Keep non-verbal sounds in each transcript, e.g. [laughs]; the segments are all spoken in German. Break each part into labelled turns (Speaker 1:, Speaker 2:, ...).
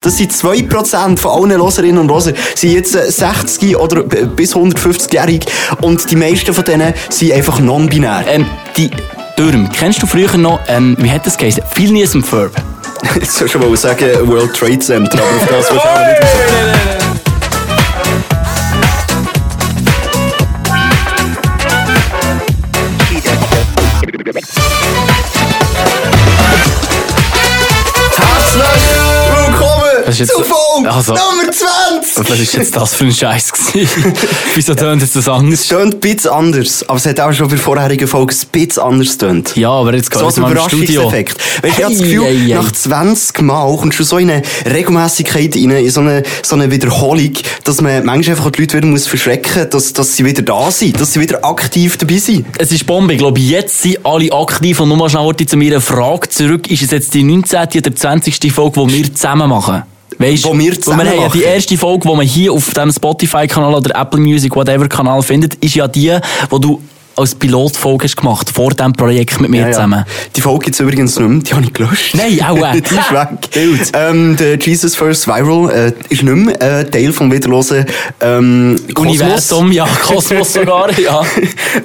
Speaker 1: Das sind 2% von allen Loserinnen und Loser. sind jetzt äh, 60 oder b- bis 150-jährig und die meisten von denen sind einfach non-binär. [laughs]
Speaker 2: Ähm, die Dürm, kennst du früher noch, ähm, wie hat das geheißen? Vilnius im Verb.
Speaker 1: Jetzt soll ich schon mal sagen World Trade Center, aber auf das wird auch nicht Herzlich willkommen
Speaker 2: Das ist jetzt-
Speaker 1: zu Folge
Speaker 2: Also-
Speaker 1: Nummer 20!
Speaker 2: Was ist jetzt das für ein Scheiß [laughs] gewesen? Wieso tönt jetzt das anders?
Speaker 1: Tönt ein bisschen anders, aber es hat auch schon bei der vorherigen Folge ein bisschen anders tönt.
Speaker 2: Ja, aber jetzt geht
Speaker 1: So
Speaker 2: es
Speaker 1: ein
Speaker 2: mal im Studio.
Speaker 1: Überraschungseffekt. Weißt du, ich habe das Gefühl,
Speaker 2: Ei, ei, ei.
Speaker 1: nach 20 Mal kommst du so in eine Regelmäßigkeit rein, in so eine, so eine Wiederholung, dass man manchmal einfach die Leute wieder muss verschrecken muss, dass, dass sie wieder da sind, dass sie wieder aktiv dabei sind.
Speaker 2: Es ist Bombe. Ich glaube, jetzt sind alle aktiv und nur mal schnell wollte ich zu mir eine Frage zurück. Ist es jetzt die 19. oder 20. Folge, die wir zusammen machen? Weißt,
Speaker 1: Wo wir
Speaker 2: weil
Speaker 1: zusammen
Speaker 2: haben ja
Speaker 1: machen.
Speaker 2: die erste Folge, die man hier auf dem Spotify-Kanal oder Apple Music, whatever Kanal findet, ist ja die, die du als Pilotfolge hast gemacht vor diesem Projekt mit mir
Speaker 1: Ja, ja.
Speaker 2: zusammen.
Speaker 1: Die Folge gibt's übrigens nicht mehr, die habe ich gelöscht.
Speaker 2: Nein, auch äh, [laughs] weg.
Speaker 1: [laughs] die ist weg. ähm, der Jesus First Viral äh, ist nicht mehr äh, Teil vom wiederlosen ähm, Kosmos. [laughs]
Speaker 2: Universum, ja, Kosmos sogar, ja.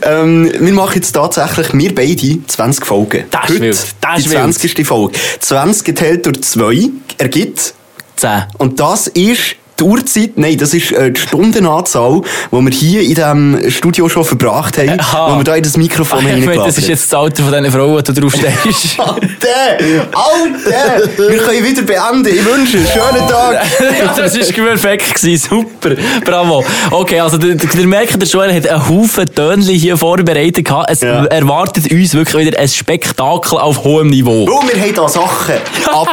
Speaker 1: ähm, wir machen jetzt tatsächlich, wir beide, 20 Folgen.
Speaker 2: Das ist
Speaker 1: Heute
Speaker 2: wild, das
Speaker 1: die
Speaker 2: ist wild.
Speaker 1: 20. Folge. 20 geteilt durch 2 ergibt,
Speaker 2: Zehn.
Speaker 1: und das ist die Uhrzeit, nein, das ist äh, die Stundenanzahl, die wir hier in diesem Studio schon verbracht haben,
Speaker 2: Aha. Ah,
Speaker 1: wo wir da in das Mikrofon
Speaker 2: Ich meine, das
Speaker 1: hineingelassen
Speaker 2: ist jetzt das Alter von diesen Frauen, die da drauf
Speaker 1: [laughs]
Speaker 2: stehst.
Speaker 1: Alter! Alter! Wir können wieder beenden. Ich wünsche einen schönen Tag.
Speaker 2: das war perfekt, gewesen. super, bravo. Okay, also der, der, der merkt, der Joel hat einen Haufen Tönchen hier vorbereitet. gehabt. Es
Speaker 1: Ja.
Speaker 2: erwartet uns wirklich wieder ein Spektakel auf hohem Niveau.
Speaker 1: Bro, wir haben da
Speaker 2: [laughs]
Speaker 1: Sachen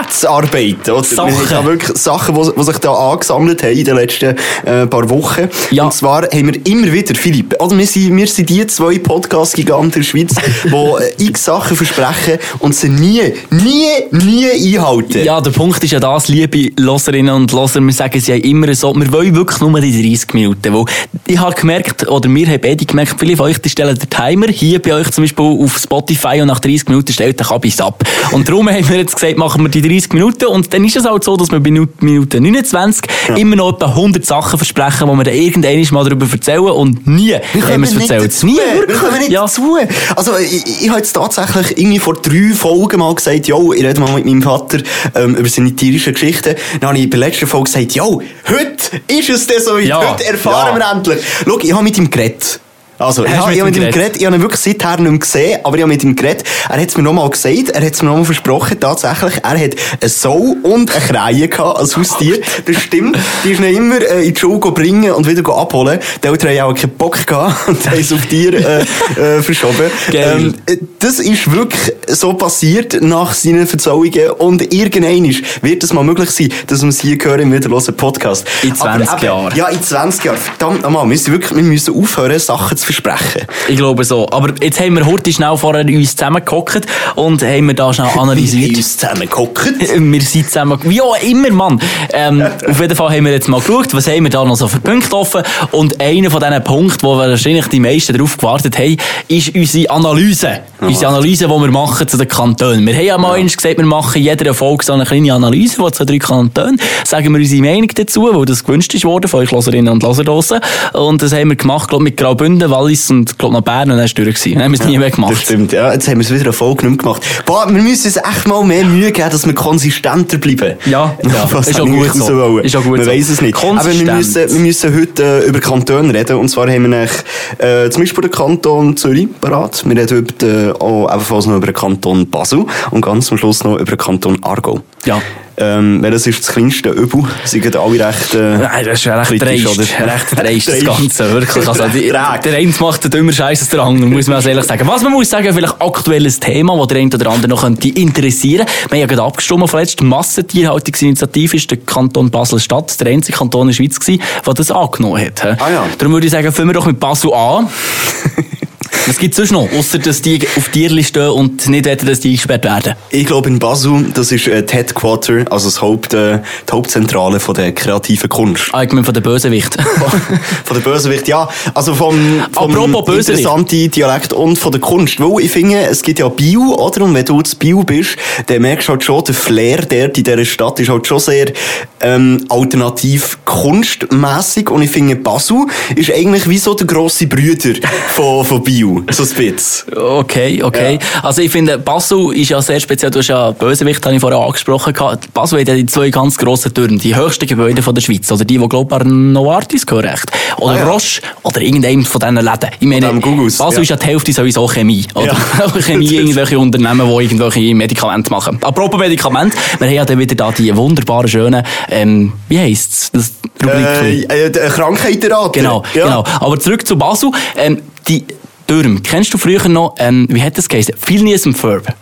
Speaker 1: abzuarbeiten. Oder? Wir haben
Speaker 2: Sachen.
Speaker 1: da wirklich Sachen, die die sich da angesammelt haben in den letzten äh, paar Wochen.
Speaker 2: Ja.
Speaker 1: Und zwar haben wir immer wieder, Philipp, oder wir sind, wir sind die zwei Podcast-Giganten der Schweiz, die äh, x Sachen versprechen und sie nie, nie, nie einhalten.
Speaker 2: Ja, der Punkt ist ja das, liebe Loserinnen und Loser, wir sagen es ja immer so, wir wollen wirklich nur die 30 Minuten, weil ich habe gemerkt, oder wir haben beide gemerkt, viele von euch die stellen den Timer hier bei euch zum Beispiel auf Spotify und nach 30 Minuten stellt der Kabis ab. Und darum haben wir jetzt gesagt, machen wir die 30 Minuten und dann ist es halt so, dass wir bei Nu- Minute 29 immer noch etwa 100 Sachen versprechen, wo wir dann irgendwann mal darüber erzählen und nie haben wir es
Speaker 1: nicht
Speaker 2: erzählt.
Speaker 1: dazu.
Speaker 2: Nie,
Speaker 1: Wir kommen nicht
Speaker 2: Ja.
Speaker 1: dazu. Also, ich, ich habe jetzt tatsächlich irgendwie vor drei Folgen mal gesagt, yo, ich rede mal mit meinem Vater ähm, über seine tierischen Geschichten. Dann habe ich bei der letzten Folge gesagt, yo, heute ist es denn so weit.
Speaker 2: Ja,
Speaker 1: Heute erfahren
Speaker 2: ja.
Speaker 1: wir endlich. Schau, ich habe mit ihm geredet. Also, ich
Speaker 2: Hast
Speaker 1: habe
Speaker 2: mit
Speaker 1: ich habe
Speaker 2: ihm
Speaker 1: mit ihm
Speaker 2: geredet?
Speaker 1: geredet. Ich habe ihn wirklich seither nicht mehr gesehen, aber ich habe mit ihm geredet. Er hat es mir nochmal gesagt, er hat es mir nochmal versprochen. Tatsächlich, er hat eine Sau und eine Kreie gehabt als Haustier.
Speaker 2: Oh.
Speaker 1: Das stimmt. Die ist ihn immer äh, in die Schule go bringen und wieder go abholen. Die Eltern haben auch keinen Bock gehabt [laughs] und haben es auf Tier äh, äh, verschoben.
Speaker 2: Geil.
Speaker 1: äh, das ist wirklich so passiert nach seinen Verzauungen und irgendwann wird es mal möglich sein, dass wir es hier hören im wiederlosen Podcast.
Speaker 2: In 20
Speaker 1: Aber eben,
Speaker 2: Jahren.
Speaker 1: Ja, in 20 Jahren. Verdammt nochmal, wir müssen wirklich wir müssen aufhören, Sachen zu versprechen.
Speaker 2: Ich glaube so. Aber jetzt haben wir heute schnell vorher uns zusammengehockt und haben wir da schnell analysiert.
Speaker 1: uns
Speaker 2: [laughs]
Speaker 1: zusammengehockt.
Speaker 2: Wir sind zusammen. Wie auch immer, Mann. Ähm, auf jeden Fall haben wir jetzt mal geschaut, was haben wir da noch so für Punkte offen. Und einer von diesen Punkten, wo wahrscheinlich die meisten darauf gewartet haben, ist unsere Analyse. Unsere Analyse, die wir machen zu den Kantonen. Wir haben ja mal eins gesagt, wir machen in jeder Folge so eine kleine Analyse von zu drei Kantonen. Sagen wir unsere Meinung dazu, weil das gewünscht ist worden von euch Loserinnen und Loser draussen. Und das haben wir gemacht, glaube mit Graubünden, Wallis und glaub noch Bern. Und dann ist es durch. gewesen. Dann haben wir es nie mehr
Speaker 1: Das
Speaker 2: gemacht.
Speaker 1: stimmt, ja. Dus Jetzt haben wir es wieder eine Folge nicht mehr gemacht. Boah, wir müssen uns echt mal mehr Mühe geben, dass wir konsistenter bleiben. [laughs]
Speaker 2: Ja, ja.
Speaker 1: Was
Speaker 2: Ist auch
Speaker 1: eigentlich
Speaker 2: gut so.
Speaker 1: wollen.
Speaker 2: Ist auch gut
Speaker 1: Man
Speaker 2: so.
Speaker 1: weiss es nicht.
Speaker 2: Konsistent.
Speaker 1: Aber wir müssen, wir müssen heute äh, über Kantone reden. Und zwar haben wir nämlich, äh, zum Beispiel den Kanton Zürich parat. Wir reden über den, auch ebenfalls noch über den Kanton Basel. Und ganz zum Schluss noch über den Kanton Aargau.
Speaker 2: Ja.
Speaker 1: Ähm, weil das ist das kleinste Übel. Sie sind alle recht... Äh,
Speaker 2: Nein, das ist ja recht
Speaker 1: Kritisch,
Speaker 2: dreist.
Speaker 1: oder? [laughs]
Speaker 2: Recht dreist, das
Speaker 1: Dreist.
Speaker 2: Ganze, wirklich. Also, die,
Speaker 1: Träg.
Speaker 2: der eine macht den dümmer Scheiß als der andere, muss man also ehrlich sagen. Was man muss sagen, vielleicht aktuelles Thema, das der eine oder andere noch könnte interessieren. Wir haben ja gerade abgestimmt vorletzt. Die Massentierhaltungsinitiative ist der Kanton Basel-Stadt, der einzige Kanton in der Schweiz gewesen, der das angenommen hat. hä?
Speaker 1: Ah ja.
Speaker 2: Darum würde ich sagen, fangen wir doch mit Basel an. [laughs] Was gibt's sonst noch? Ausser, dass die auf Tierli stehen und nicht wollen, dass die eingesperrt werden.
Speaker 1: Ich glaube, in Basel, das ist äh, die Headquarter, also das Haupt, äh, die Hauptzentrale von der kreativen
Speaker 2: [laughs]
Speaker 1: Kunst.
Speaker 2: Ah, ich meine von
Speaker 1: [laughs]
Speaker 2: den Bösewicht.
Speaker 1: von der Bösewicht, ja. Also vom, vom
Speaker 2: Apropos Bösewicht.
Speaker 1: interessanten Dialekt und von der Kunst. Weil ich finde, es gibt ja Bio, oder? Und wenn du zu Bio bist, dann merkst du halt schon, der Flair dort in dieser Stadt ist halt schon sehr ähm, alternativ kunstmässig. Und ich finde, Basel ist eigentlich wie so der grosse Brüder von, von Bio. So ein bisschen.
Speaker 2: okay, okay. Also ich finde, Basel ist ja sehr speziell. Du hast ja Bösewicht, habe ich vorher angesprochen. gehabt. Basel hat ja die zwei ganz grossen Türme, die höchsten Gebäude von der Schweiz. Oder die, die, glaube ich, Novartis gehören. Oder
Speaker 1: Ah, ja.
Speaker 2: Roche. Oder irgendeinem von diesen Läden. Ich meine,
Speaker 1: dem Gugus,
Speaker 2: Basel
Speaker 1: ja.
Speaker 2: ist ja die Hälfte sowieso Chemie. [laughs] Oder
Speaker 1: [laughs]
Speaker 2: Chemie, irgendwelche Unternehmen, die irgendwelche Medikamente machen. Apropos Medikamente, wir haben ja dann wieder da die wunderbaren, schönen, ähm, wie heisst's? Das Rubrikli.
Speaker 1: Äh, äh, der Krankheitenrat.
Speaker 2: Genau,
Speaker 1: ja.
Speaker 2: genau. Aber zurück zu Basel. Ähm, die Türme, kennst du früher noch, ähm, wie hat das geheißen? Vilnius im Verb.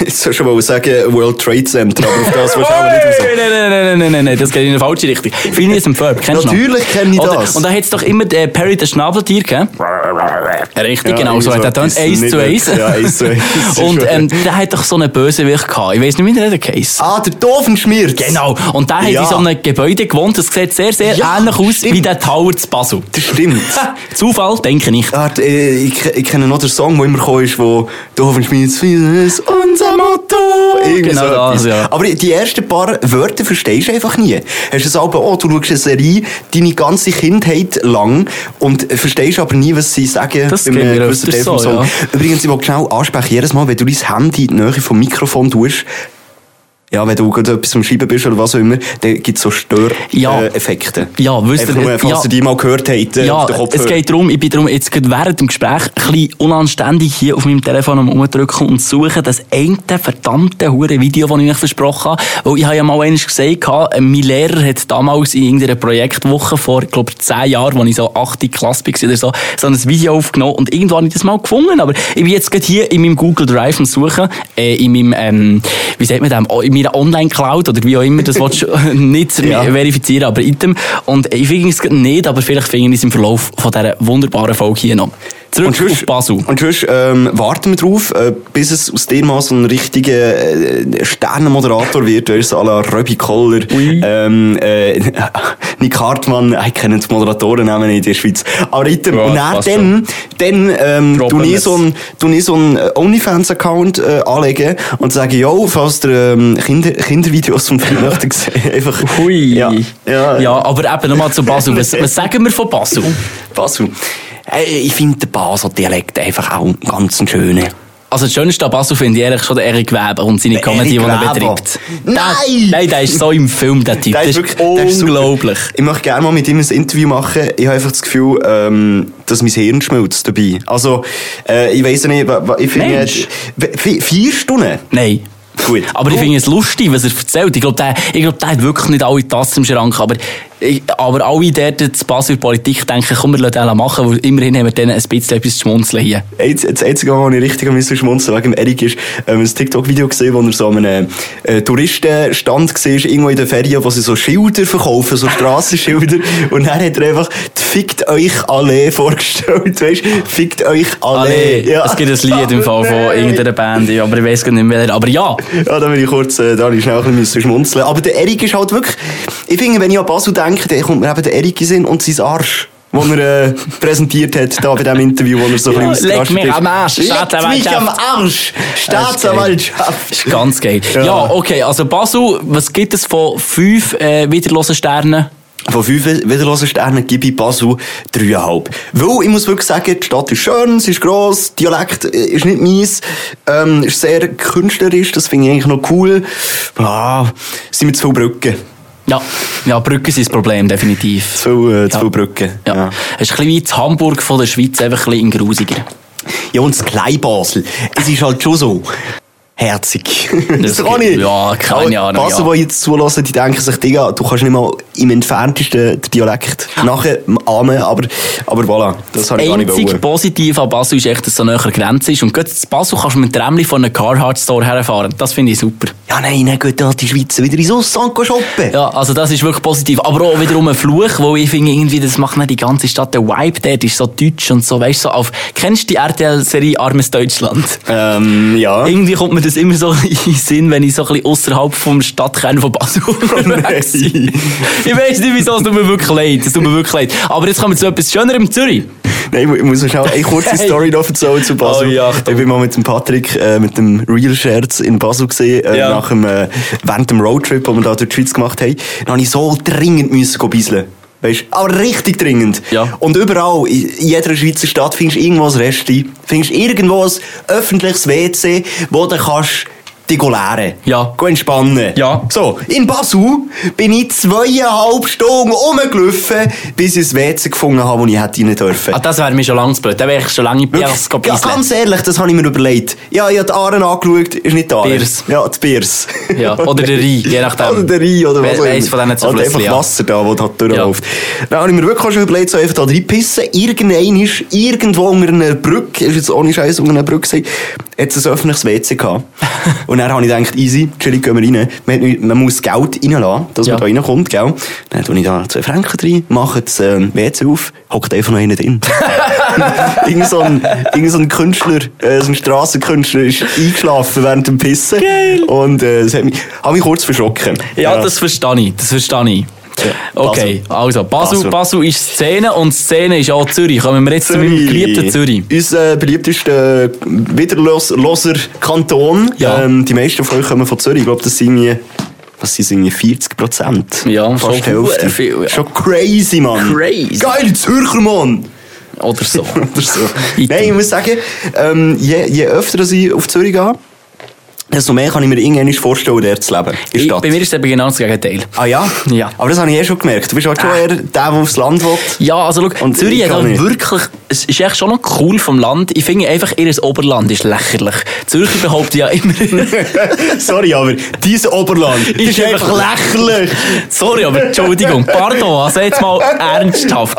Speaker 1: Jetzt soll ich schon mal sagen, World Trade Center, aber auf das willst du auch nicht raus.
Speaker 2: Nein, nein, nein, nein, nein, nein, das geht in eine falsche Richtung. Vilnius im Verb, kennst du noch?
Speaker 1: Natürlich kenne ich
Speaker 2: Oder,
Speaker 1: das.
Speaker 2: Und da hat es doch immer äh, Perry das Schnabeltier gegeben. Richtig,
Speaker 1: Ja,
Speaker 2: genau, so
Speaker 1: irgendwie
Speaker 2: hat er
Speaker 1: so etwas.
Speaker 2: tönt. Eins zu
Speaker 1: Nicht
Speaker 2: eins.
Speaker 1: wirklich, ja,
Speaker 2: [laughs]
Speaker 1: eins zu eins. Das ist
Speaker 2: Und
Speaker 1: schon-
Speaker 2: ähm, der hat doch so einen Bösewicht gehabt. Ich weiss nicht, wie der Case.
Speaker 1: Ah, der Doofenschmiert.
Speaker 2: Genau. Und der hat
Speaker 1: Ja.
Speaker 2: in so einem Gebäude gewohnt. Das sieht sehr, sehr
Speaker 1: Ja,
Speaker 2: ähnlich aus wie
Speaker 1: stimmt.
Speaker 2: der Tower zu Basel. [laughs]
Speaker 1: Das stimmt.
Speaker 2: Zufall, denke ich.
Speaker 1: Ah, d- äh, ich, ich kenne noch den Song, der immer gekommen ist, wo Doofenschmiert ist unser Motto. Irgendwie
Speaker 2: Genau das,
Speaker 1: etwas.
Speaker 2: ja.
Speaker 1: Aber die ersten paar Wörter verstehst du einfach nie. Hast du es aber, oh, du schaust eine Serie deine ganze Kindheit lang und verstehst aber nie, was sie sagen.
Speaker 2: Das
Speaker 1: beim,
Speaker 2: geht
Speaker 1: äh,
Speaker 2: mir
Speaker 1: gewissen
Speaker 2: öfters
Speaker 1: Teil vom
Speaker 2: so,
Speaker 1: Song.
Speaker 2: ja.
Speaker 1: Übrigens, ich wollte schnell ansprechen, jedes Mal, wenn du dein Handy in die Nähe vom Mikrofon tust, ja, wenn du gerade etwas am Schreiben bist oder was auch immer, dann gibt es so Störeffekte.
Speaker 2: Ja.
Speaker 1: Äh, Effekte.
Speaker 2: Ja, wisst
Speaker 1: Einfach
Speaker 2: ihr-
Speaker 1: nur, falls
Speaker 2: ja.
Speaker 1: ihr die mal gehört habt, äh,
Speaker 2: Ja,
Speaker 1: auf den Kopf
Speaker 2: es geht darum, ich bin darum jetzt gerade während dem Gespräch ein bisschen unanständig hier auf meinem Telefon am rumdrücken und suchen das eine verdammte hure Video, das ich euch versprochen habe. Weil ich habe ja mal eines gesehen, gehabt, äh, mein Lehrer hat damals in irgendeiner Projektwoche vor, ich glaube, zehn Jahren, als ich so 8. Klasse war oder so, so ein Video aufgenommen und irgendwann habe ich das mal gefunden. Aber ich bin jetzt gerade hier in meinem Google Drive am Suchen, äh, in meinem, ähm, wie sagt man dem, Oh, in meiner Online-Cloud oder wie auch immer, das willst du [laughs] nicht
Speaker 1: Ja.
Speaker 2: verifizieren, aber item. Und ich finde es gerade nicht, aber vielleicht finde ich es im Verlauf von dieser wunderbaren Folge hier noch. Zurück auf Basel.
Speaker 1: Und sonst ähm, warten wir drauf, äh, bis es aus dir mal so ein richtiger äh, Sternenmoderator wird, weißt du, à la Röbi Koller,
Speaker 2: Ui.
Speaker 1: ähm, äh, [laughs] Nick Hartmann, ich kenne die Moderatorennamen nicht in der Schweiz. Aber item,
Speaker 2: Ja,
Speaker 1: und dann,
Speaker 2: passt
Speaker 1: dann, dann ähm,
Speaker 2: Droppen
Speaker 1: tu ich
Speaker 2: wir's.
Speaker 1: so ein, tu ich so ein äh, OnlyFans-Account äh, anlegen und sage, yo, falls ihr ähm, Kinder, Kindervideos von mir
Speaker 2: [laughs]
Speaker 1: möchtet, sehen, einfach...
Speaker 2: Hui.
Speaker 1: Ja,
Speaker 2: Ja,
Speaker 1: ja,
Speaker 2: aber eben nochmal zu Basel. Was, was sagen wir von Basel?
Speaker 1: Basel. Äh, Ich finde den Basel-Dialekt einfach auch ganz einen schönen.
Speaker 2: Also, das Schönste an Basel finde ich ehrlich schon der Erik Weber und seine Comedy, die
Speaker 1: Erik
Speaker 2: er
Speaker 1: Weber.
Speaker 2: betreibt.
Speaker 1: Nein!
Speaker 2: Der, nein, der ist so im Film, der Typ.
Speaker 1: Der
Speaker 2: Das
Speaker 1: ist
Speaker 2: ist,
Speaker 1: wirklich- der ist super.
Speaker 2: unglaublich.
Speaker 1: Ich möchte gerne mal mit ihm ein Interview machen. Ich habe einfach das Gefühl, ähm, dass mein Hirn schmilzt dabei. Also, äh, ich weiß nicht, wa- wa- ich finde...
Speaker 2: Mensch.
Speaker 1: äh, vi- Vier Stunden?
Speaker 2: Nein.
Speaker 1: Gut.
Speaker 2: Aber ich finde es lustig, was er erzählt. Ich glaube, der, ich glaub, der hat wirklich nicht alle Tassen im Schrank. Aber, ich, aber alle dort in Basel Politik denken, komm, wir lassen den machen, weil immerhin haben wir denen ein bisschen etwas zu schmunzeln hier.
Speaker 1: Eins- Das einzige Mal, wo ich richtig am müssen schmunzeln wegen dem Erik, ist ähm, ein TikTok-Video gesehen, wo er so an einem äh, Touristenstand war, irgendwo in der Ferien, wo sie so Schilder verkaufen, so
Speaker 2: [laughs]
Speaker 1: Strassenschilder. Und dann hat er einfach die «Fickt euch alle» [laughs] vorgestellt, weisst «Fickt euch alle».
Speaker 2: Ah. Alle,
Speaker 1: Ja.
Speaker 2: es gibt ein Lied im
Speaker 1: [laughs]
Speaker 2: Fall von
Speaker 1: Nein.
Speaker 2: irgendeiner Band, ja, aber ich weiß gar nicht mehr, welcher. Aber ja,
Speaker 1: Ja, da bin ich kurz, äh, da habe ich schnell ein bisschen schmunzeln. Aber der Erik ist halt wirklich, ich finde, wenn ich an Basel denke, dann kommt mir eben der Erik in den Sinn und sein Arsch. Wo er äh, präsentiert hat, da bei diesem Interview, wo er so
Speaker 2: Ja,
Speaker 1: ein bisschen
Speaker 2: leck
Speaker 1: ausgerastet
Speaker 2: mich
Speaker 1: ist.
Speaker 2: am Arsch,
Speaker 1: Leck mich
Speaker 2: Staatsanwaltschaft.
Speaker 1: am Arsch, Staatsanwaltschaft.
Speaker 2: ist ganz geil.
Speaker 1: Ja.
Speaker 2: Ja, okay, also Basel, was gibt es von fünf äh, wiederlosen Sternen?
Speaker 1: Von fünf wiederlosen Sternen gebe ich Basel dreieinhalb. Weil, ich muss wirklich sagen, die Stadt ist schön, sie ist gross, Dialekt äh, ist nicht meins, ähm, ist sehr künstlerisch, das finde ich eigentlich noch cool. Ah, sind mir zu viele Brücken.
Speaker 2: Ja, ja Brücken sind das Problem, definitiv.
Speaker 1: Zu, viel, äh, zu
Speaker 2: Ja.
Speaker 1: viele Brücken.
Speaker 2: Ja. Es ist ein bisschen wie das Hamburg von der Schweiz, einfach ein bisschen grusiger.
Speaker 1: Ja, und das Kleinbasel. Es ist halt schon so. herzig.
Speaker 2: [laughs] Das
Speaker 1: doch auch
Speaker 2: gibt- ja, keine
Speaker 1: Aber
Speaker 2: Ahnung,
Speaker 1: Basel,
Speaker 2: ja.
Speaker 1: die jetzt zulassen, die denken sich, Digga, du kannst nicht mal im entferntesten den Dialekt nachher ahmen, aber, aber voilà, das habe ich gar nicht
Speaker 2: einzig
Speaker 1: wollen.
Speaker 2: positiv an Basel ist echt, dass es so näher an der Grenze ist. Und gerade zu Basel kannst du mit dem Tramli von einem Carhartt-Store herfahren. Das finde ich super.
Speaker 1: Ja, nein, dann geht halt die Schweizer wieder ins Ausland shoppen.
Speaker 2: Ja, also das ist wirklich positiv. Aber auch wiederum ein Fluch, wo ich finde, irgendwie, das macht nicht die ganze Stadt. Der Vibe dort ist so deutsch und so, weißt du, so auf, kennst du die RTL-Serie Armes Deutschland?
Speaker 1: Ähm, ja.
Speaker 2: Irgendwie kommt mir das immer so [laughs] in den Sinn, wenn ich so ein bisschen ausserhalb vom Stadtkern von
Speaker 1: [laughs]
Speaker 2: Basel unterwegs bin. Ich weiss nicht, wieso, es tut mir wirklich leid. Es tut mir wirklich leid. Aber jetzt kommen wir zu etwas Schönerem Zürich.
Speaker 1: Nein, ich muss noch schnell eine kurze
Speaker 2: Hey.
Speaker 1: Story noch erzählen zu Basel.
Speaker 2: Oh ja, Achtung.
Speaker 1: ich bin mal mit dem Patrick, äh, mit dem Real Scherz in Basel gesehen, äh,
Speaker 2: Ja.
Speaker 1: nach dem, äh, während dem Roadtrip, den wir da durch die Schweiz gemacht haben. Dann habe ich so dringend müssen go bisseln. Weißt aber richtig dringend.
Speaker 2: Ja.
Speaker 1: Und überall, in in jeder Schweizer Stadt, findest du irgendwo ein Resti, findest du irgendwo ein öffentliches WC, wo du kannst dich go leeren.
Speaker 2: Ja.
Speaker 1: Go entspannen.
Speaker 2: Ja.
Speaker 1: So, in Basel bin ich zweieinhalb Stunden rumgelaufen, bis ich ein WC gefunden habe, wo ich hätte rein dürfen.
Speaker 2: Ah, das wäre mir schon lange zu blöd. Da wäre ich schon lange in Bias
Speaker 1: Ja, ganz ehrlich, das habe ich mir überlegt. Ja, ich habe die Aaren angeschaut, ist nicht die Aaren.
Speaker 2: Biers.
Speaker 1: Ja, die Biers. [laughs]
Speaker 2: Ja, oder der Rhein, je nachdem.
Speaker 1: Oder der Rhein, oder
Speaker 2: We-
Speaker 1: was auch
Speaker 2: eins
Speaker 1: immer.
Speaker 2: von diesen zwei
Speaker 1: Oder
Speaker 2: Flüsschen,
Speaker 1: einfach
Speaker 2: ja.
Speaker 1: Wasser da, das halt durchläuft. Dann habe ich mir wirklich schon überlegt, so einfach da reinpissen. Irgendein ist irgendwo unter einer Brücke, ist jetzt ohne Scheiß unter einer Brücke gesagt, hat es ein öffentliches WC
Speaker 2: [laughs]
Speaker 1: gehabt. Und dann habe ich gedacht, easy, chillig, gehen wir rein. Man, hat nicht- man muss Geld reinlassen, dass
Speaker 2: Ja.
Speaker 1: man da reinkommt, gell. Dann tue ich da zwei Franken rein, mache das ähm, WC auf, hockt einfach noch einer drin. Irgend so ein, irgend so ein Künstler, äh, so ein Strassenkünstler ist eingeschlafen während dem Pissen. Geil. Und äh, es hat mich, hat mich kurz verschrocken.
Speaker 2: Ja, das verstehe ich. Das verstehe ich.
Speaker 1: Ja,
Speaker 2: Okay, also Basel, Basel.
Speaker 1: Basel.
Speaker 2: ist Szene und Szene ist auch Zürich. Kommen wir jetzt zu meinem geliebten Zürich.
Speaker 1: Unser beliebtester wiederloser Kanton.
Speaker 2: Ja.
Speaker 1: Ähm, die meisten von euch kommen von Zürich. Ich glaube, das sind irgendwie, was sind irgendwie 40 Prozent.
Speaker 2: Ja, schon
Speaker 1: fast die Hälfte.
Speaker 2: verdammt viel, ja.
Speaker 1: Schon crazy, Mann.
Speaker 2: Crazy.
Speaker 1: Geil, Zürcher, Mann. [laughs]
Speaker 2: Oder so.
Speaker 1: oder so.
Speaker 2: Item.
Speaker 1: Nein, ich muss sagen, ähm, je, je öfter dass ich auf Zürich gehe, desto mehr kann ich mir irgendwann vorstellen, dort zu leben. In der
Speaker 2: Ich,
Speaker 1: Stadt.
Speaker 2: bei mir ist es eben genau das Gegenteil.
Speaker 1: ah ja?
Speaker 2: Ja.
Speaker 1: Aber das habe ich eh schon gemerkt. Du bist halt schon eher der, der aufs Land will.
Speaker 2: Ja, also schau,
Speaker 1: Und
Speaker 2: Zürich
Speaker 1: ich
Speaker 2: hat
Speaker 1: kann
Speaker 2: halt
Speaker 1: nicht.
Speaker 2: wirklich, es ist echt schon noch cool vom Land. Ich finde einfach, ihr Oberland ist lächerlich. Zürcher behauptet ja immer,
Speaker 1: [laughs] [laughs] Sorry, aber dieses [laughs] Oberland das ist einfach lächerlich.
Speaker 2: sorry, aber Entschuldigung, pardon, also jetzt mal ernsthaft,